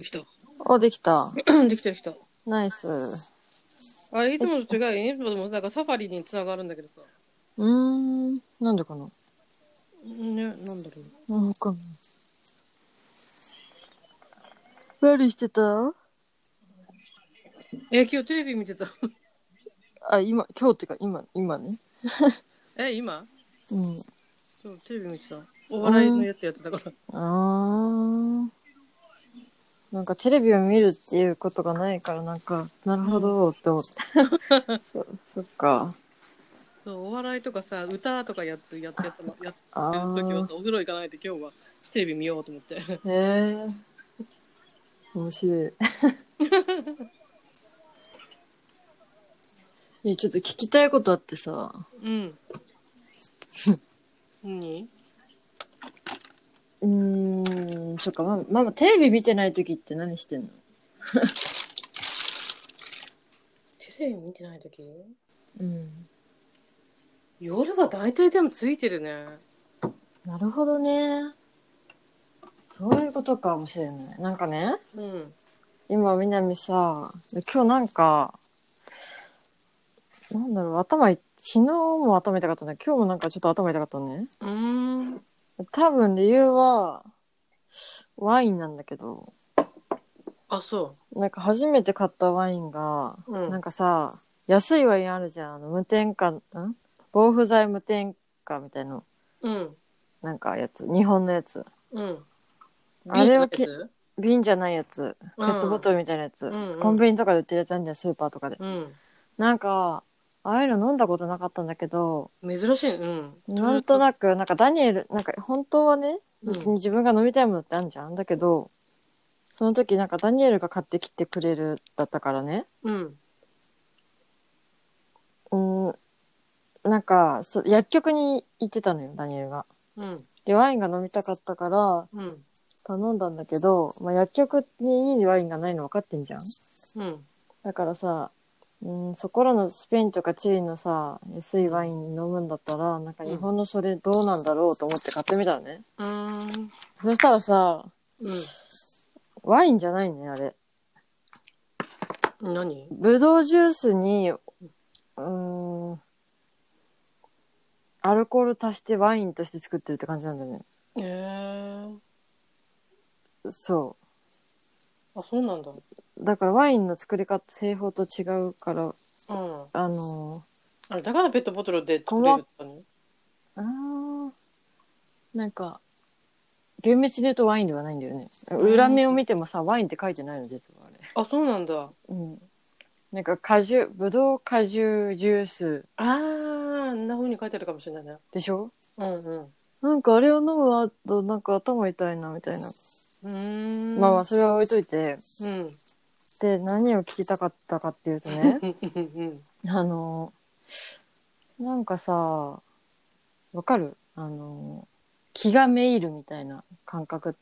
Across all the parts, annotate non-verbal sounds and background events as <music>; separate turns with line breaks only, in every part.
できた。
お、できた。
できてる人。
ナイス。う
あれ、いつもと違うよ。いつもともなんかサファリにつながるんだけどさ。
ーん。なんでかな
ね、なんだろ
うんわかんない。何してた
う。え、今日テレビ見てた。
あ、今、今日ってか、今、今ね。
え、今
うん。
そう、テレビ見てた。お笑いのやつやってたから。
あー。なんかテレビを見るっていうことがないから、なんか、なるほど、って思 <laughs> った。そ、そっか。
そう、お笑いとかさ、歌とかやつやってやったの、やって
あ
る時は
ー
さ、。お風呂行かないで今日はテレビ見ようと思って。
へー。面 <laughs> 白い。いや、ちょっと聞きたいことあってさ。
うん。 <laughs> 何
うーん、そっか、マママ、テレビ見てない時って何してんの
テレビ見てない時
うん。
夜は大体でもついてるね。
なるほどね。そういうことかもしれない。なんかね、
うん。
今、みなみさ、今日なんか、なんだろう、頭い、昨日も頭痛かったんだけど、今日もなんかちょっと頭痛かったのね。
うーん。
多分理由は、ワインなんだけど、
あ、そ
なんか初めて買ったワインが、
う。うん。
なんかさ、安いワインあるじゃん。あの無添加、ん防腐剤無添加みたいな、
うん。
なんかやつ。日本のやつ。
うん。
あれをけ
ビールのやつ
瓶じゃないやつ。ペ
うん
ットボトルみたいなやつ。
んうん
コンビニとかで売ってるやつあるじゃん、スーパーとかで。
うん。
なんか、ああいうの飲んだことなかったんだけど、
珍しい。うん。
なんとなく、なんかダニエル、なんか本当はね、
うん
別に自分が飲みたいものってあるじゃん。だけど、その時なんかダニエルが買ってきてくれるだったからね。
うん。
うん、なんかそ、薬局に行ってたのよ、ダニエルが。
うん。
で、ワインが飲みたかったから
うん。
頼んだんだけど、まあ、薬局にいいワインがないの分かってんじゃん。
うん。
だからさ、うん、そこらのスペインとかチリのさ、安いワイン飲むんだったら、なんか日本のそれどうなんだろうと思って買ってみたのね。
うーん。
そしたらさ、
う
ワインじゃないね、あれ。
ん。何
ブドウジュースに、うん、アルコール足してワインとして作ってるって感じなんだよね。
えー。
そう。
あ、そうなんだ。
だからワインの作り方製法と違うから
うん。
あの
あれだからペットボトルで作れるっての
ー、あーなんか厳密に言うとワインではないんだよね裏面を見てもさワインって書いてないの実はあれ
あ、そうなんだ。あ
うんなんか果汁ぶどう果汁ジュース
ー、あんな風に書いてあるかもしれないね。
でしょ
うんうん。
なんかあれを飲む後なんか頭痛いなみたいな、
うーん。
まあまあそれは置いといて
うん。
で何を聞きたかったかっていうとね <laughs>
うんうん
あのーなんかさ、わかるあのー気がめいるみたいな感覚っ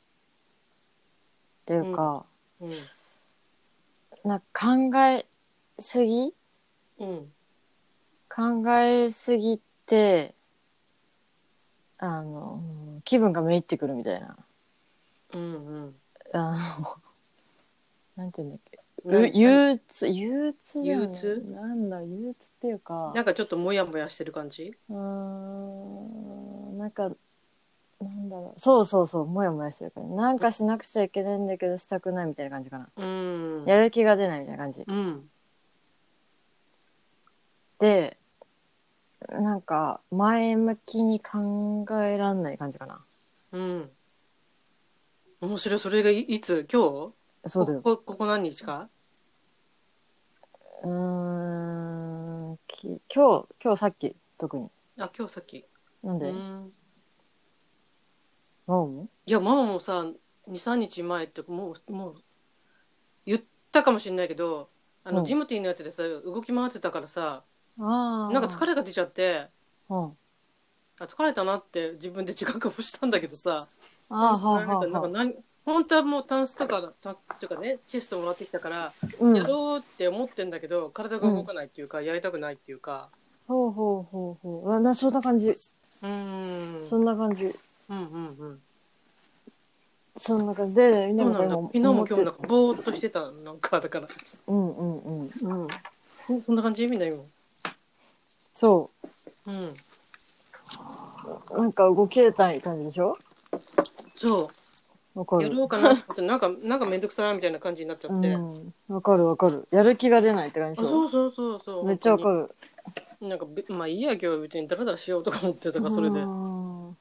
ていうか、
うん。
なんか考えすぎ
うん。
考えすぎて、あのー気分がめいってくるみたいな。
うんうん。
あの、なんていうんだっけ。
な
う憂鬱、憂鬱じゃん。
憂鬱
なんだ、憂鬱っていうか。
なんかちょっともやもやしてる感じ
うーんなんか、なんだろう。そうそうそう、もやもやしてるから。なんかしなくちゃいけないんだけど、したくないみたいな感じかな。
うん。
やる気が出ないみたいな感じ。
うん。
で、なんか、前向きに考えらんない感じかな。
うん。面白い。それがいいつ今日
そうだよ。
ここここ何日か
うーん、き今日、今日さっき、特に。
あ、今日さっき。
なん
う
で、
ん。
ママも
いや、ママもさ、2、3日前って、もう、もう、言ったかもしれないけど、あの、
うん
ジムティーのやつでさ、動き回ってたからさ、
あ
なんか疲
れ、
れが出ちゃって、
うん、
あ疲れたなって自分で自覚をしたんだけどさ、
あーはあ、はあ、
なんか
は
何、本当はもうタンスとか、タンスっていうかね、チェストもらってきたから、
あ。うん
や。ろうって思ってんだけど、体が動かないっていうか、やりたくないっていうか、
ほうほうほうほう。あな、そんな感じ。
うーん、
そんな感じ。
うんうんうん。
そんな感じで、みんな
そう
も
なんだ昨日も今日もなんかぼーっとしてたなんかだから、
うんうんうん。
うん、 <laughs> ここんな感じみんな今
そ
うん
う。なんか動きれたい感じでしょ
そ
わか
うや
る。
ろうかなと思ってなんかなんか面倒くさいみたいな感じになっちゃ
う
って、あ
ん。わかるわかる。やる気が出ないって感じでしょ
そうそうそうそう
めっちゃわか
る
る。
なんかべまあいいや今日は別にダラダラしようとか思ってたからそれで
うん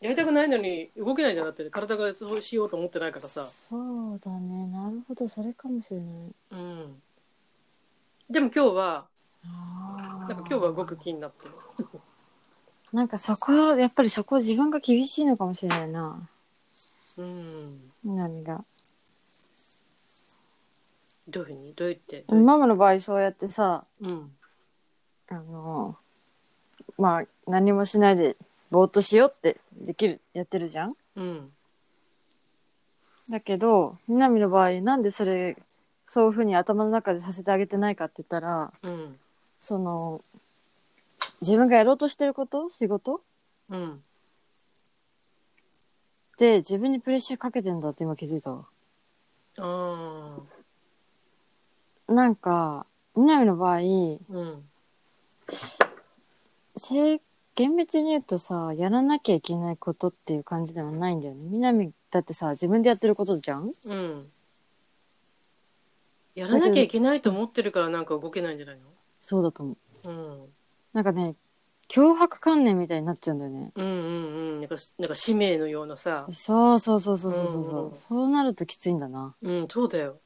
やりたくないのに動けないじゃなくて体がそうしようと思ってないからさ
そうだね。なるほど。それかもしれない。
うんでも今日は
な
なんか今日は動く気になってる
なんかそこはやっぱりそこ自分が厳しいのかもしれないな
うん
みなみが
どういうふうにどう言ってどういう
ママの場合そうやってさ
うん
あのまあ何もしないでぼーっとしようってできるやってるじゃん
うん
だけどみなみの場合なんでそれそういうふうに頭の中でさせてあげてないかって言ったら
うん
その自分がやろうとしてること仕事
うん
で自分にプレッシャーかけてんだって今気づいたわ
ああ
なんかみなみの場合
うん
せい厳密に言うとさやらなきゃいけないことっていう感じではないんだよねみなみだってさ自分でやってることじゃん
うんやらなきゃいけないと思ってるからなんか動けないんじゃない
そうだと思う
の、
なんかね脅迫観念みたいになっちゃうんだよね
うん、うんうんうんなんかなんか使命のようなさ
そうそうそうそうそうそう
うんうんうん
そうなるときついんだな
うんそうだよ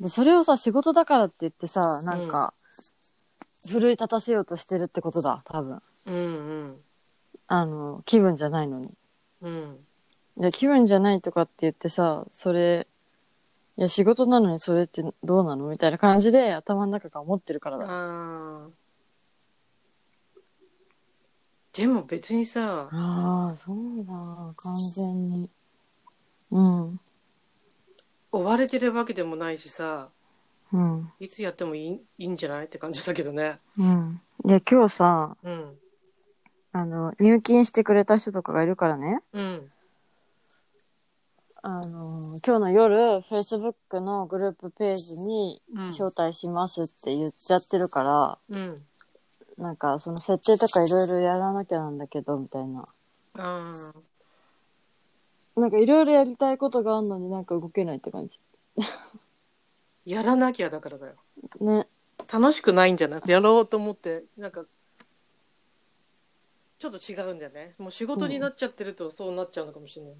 でそれをさ仕事だからって言ってさなんか、奮い立たせようとしてるってことだ多分
うんうん
あの気分じゃないのに
うん
で気分じゃないとかって言ってさそれいや仕事なのにそれってどうなのみたいな感じで頭の中が思ってるからだ
ああでも別にさ
ああ、そうだ、完全に。うん、
追われてるわけでもないしさ
うん、
いつやってもいいいいんじゃないって感じだけどね
うん。で、今日さ、
うん
あの、入金してくれた人とかがいるからね、
うん
あの、今日の夜、Facebook のグループページに
うん
招待しますって言っちゃってるから、
うん
なんか、その設定とかいろいろやらなきゃなんだけど、みたいな。
ああ
なんかいろいろやりたいことがあるのになんか動けないって感じ。
やらなきゃだからだよ
ね。
楽しくないんじゃなくてやろうと思ってなんかちょっと違うんだよねもう仕事になっちゃってるとそうなっちゃうのかもしれない、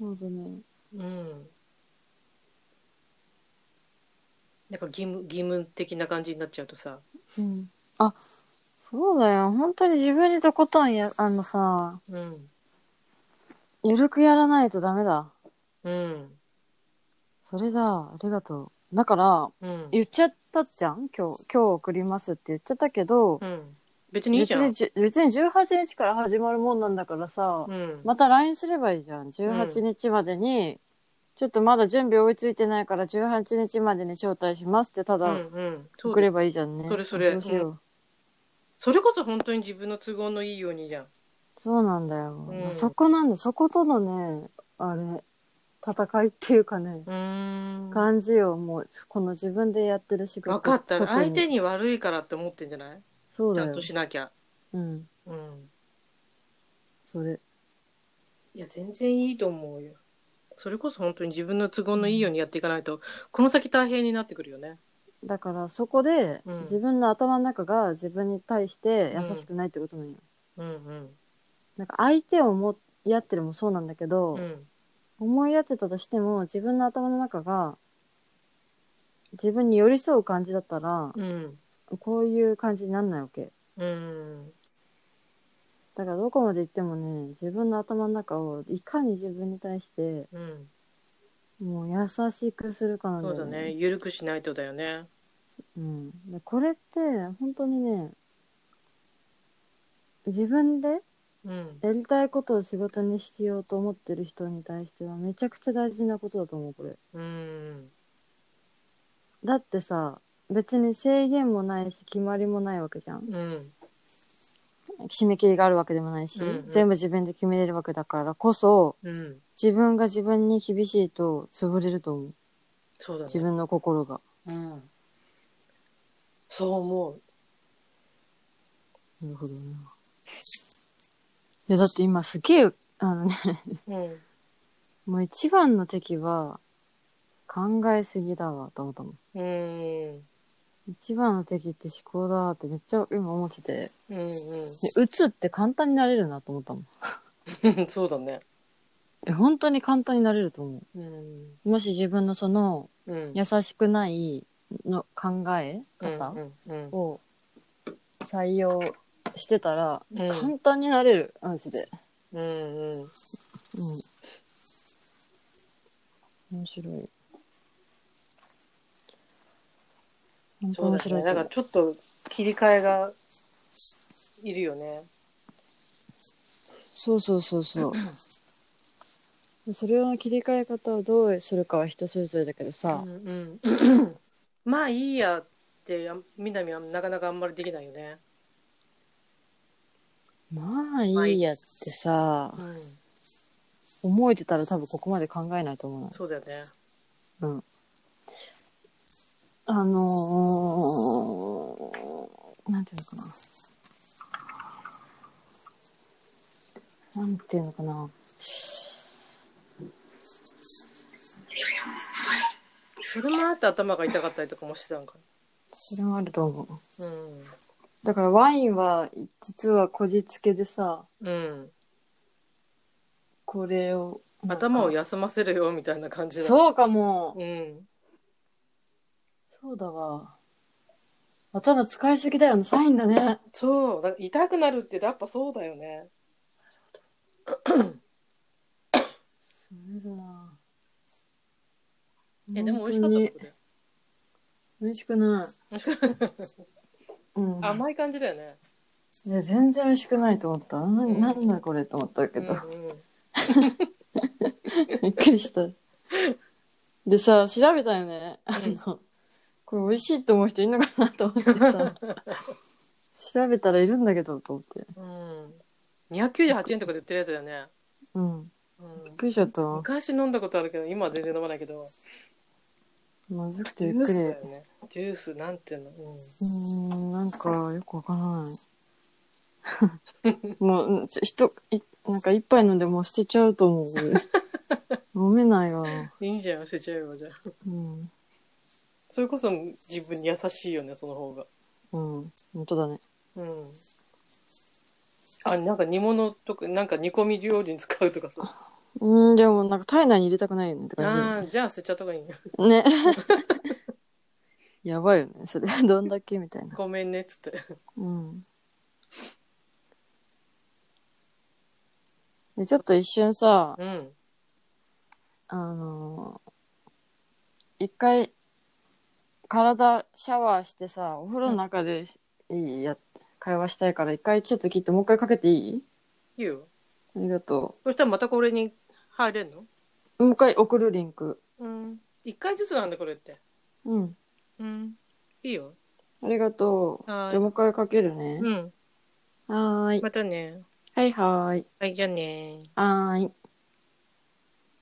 そうだね。
うんなんか義務義務的な感じになっちゃうとさ
うん。あ、そうだよ。本当に自分にとことんや、あのさ、
うん
ゆるくやらないとダメだ。
うん
それだ。ありがとう。だから、
うん
言っちゃったじゃん今日、今日送りますって言っちゃったけど
う、ん別にいいじゃ
別
ん
にじゅ別に18日から始まるもんなんだからさ、
うん
また LINE すればいいじゃん。18日までに、ちょっとまだ準備追いついてないから18日までに招待しますってた
うん
だ
うんそう
送
だ
れ
よ
ばいいじゃんね。
それそれ
どうしよう。
それこそ本当に自分の都合のいいようにじゃん
そうなんだよ。
うん
そこなんだ。そことのね、あれ、戦いっていうかね。
うーん
感じよもうこの自分でやってる仕事
分かった
特に
相手に悪いからって思ってんじゃない
そう
ち
だ
ゃ
よ
んとしなきゃ
うん
うん
それ
いや、全然いいと思うよ。それこそ本当に自分の都合のいいようにやっていかないと、この先大変になってくるよね。
だからそこで、
うん
自分の頭の中が自分に対して優しくないってことなんよ、
うん
なんか相手を思いやってるもそうなんだけど、
うん。うん。
思いやってたとしても自分の頭の中が自分に寄り添う感じだったら、
うん。
こういう感じになんないわけ
うん。
だからどこまで行ってもね自分の頭の中をいかに自分に対して
うん。
もう優しくするかなんだ
そ
よ
うだね。ゆるくしないとだよね。
うん、でこれって本当にね自分で
うん。
やりたいことを仕事にしようと思ってる人に対してはめちゃくちゃ大事なことだと思うこれ
うん。
だってさ別に制限もないし決まりもないわけじゃん
うん。
締め切りがあるわけでもないし、
うんうん
全部自分で決めれるわけだからこそ、
うん。
自分が自分に厳しいと潰れると思う。
そうだね。
自分の心が。
うん。そう思う。
なるほどな。いや、だって今すげえ、あのね、
うん。
もう一番の敵は、考えすぎだわ、と思ったもん。
うん。うん
一番の敵って思考だわってめっちゃ今思ってて、
うん。
で、鬱って簡単になれるなと思ったもん。
<laughs> そうだね。
え、本当に簡単になれると思
うん。
う。もし自分のその、
うん。
優しくないの考え方
うんうん
を採用してたら、
うん
簡単になれる、マジで。
うん。うんうん。
うん。面白い。本当
そう
面
だ
白
ね。
い
だ
と思
から
う。
ちょっと切り替えがいるよね。
そうそうそう
<clears throat>
そう。それの切り替え方をどうするかは人それぞれだけどさ、
うん <clears throat> うん、まあいいやってあん南はなかなかあんまりできないよね。
まあいいやってさ、
うん、
思えてたら多分ここまで考えないと思うな。
そうだよね。
うんあのー、なんていうのかな。なんていうのかな。
それもあって頭が痛かったりとかもしてたんか
それもあると思う。
な。
だからワインは、実はこじつけでさ、
うん。
これを。
う。
なんんか
頭を休ませるよみたいな感じだ。う。
そうかも。
うん。
そうだわ。頭使いすぎだよのサインだね。
そう。だから痛くなるってやっぱそうだよね。
すごいな。
え、でも美味し
本
か
当
った
に
これ。
美味しくない。
美味しかった。
うん
甘い感じだよね。
いや全然美味しくないと思った。な
うん
なんだこれと思ったけ
うん
ど。 <laughs> びっくりした。でさ、調べたよね。あの、これ美味しいと思う人いるのかなと思ってさ、調べたらいるんだけどと思って。
うん。うん。298円とかで売ってるやつだよね。
うん。
うん
びっくりしちゃったわ。
昔飲んだことあるけど、今は全然飲まないけど。
まずくてびっくり。
ジュースだ
う
よね。ジュースなんていうの、うん、
ーん、なんかよくわからない。 <laughs> もう、うんちょひと、いなんか一杯飲んでもう捨てちゃうと
<laughs>
思う。これ飲めないわ。
いいんじゃん忘れちゃえばじゃあ
うん。
それこそ自分に優しいよねその方が
うん。本当だね。
うんあなんか煮物とかなんか煮込み料理に使うとかさ
うん、でもなんか体内に入れたくないよね。とか言う
あーじゃあ捨てちゃった方がいいね
ね。 <laughs> やばいよね。それ、どんだけみたいな。
ごめんねっつって
うん。でちょっと一瞬さ、
うん
あのー一回、体シャワーしてさ、お風呂の中でいいや、会話したいから、一回ちょっと切って、もう一回かけていい
いいよ
ありがと
そしたらまたこれに入れんの
う。もう一回送るリンク。
うん一回ずつなんだこれって
うん。
うんいいよ
ありがとう。
はーい
じゃあもう一回かけるね
う。ん
はーい。
またね
はいはーい。
はいじゃあね
はーい。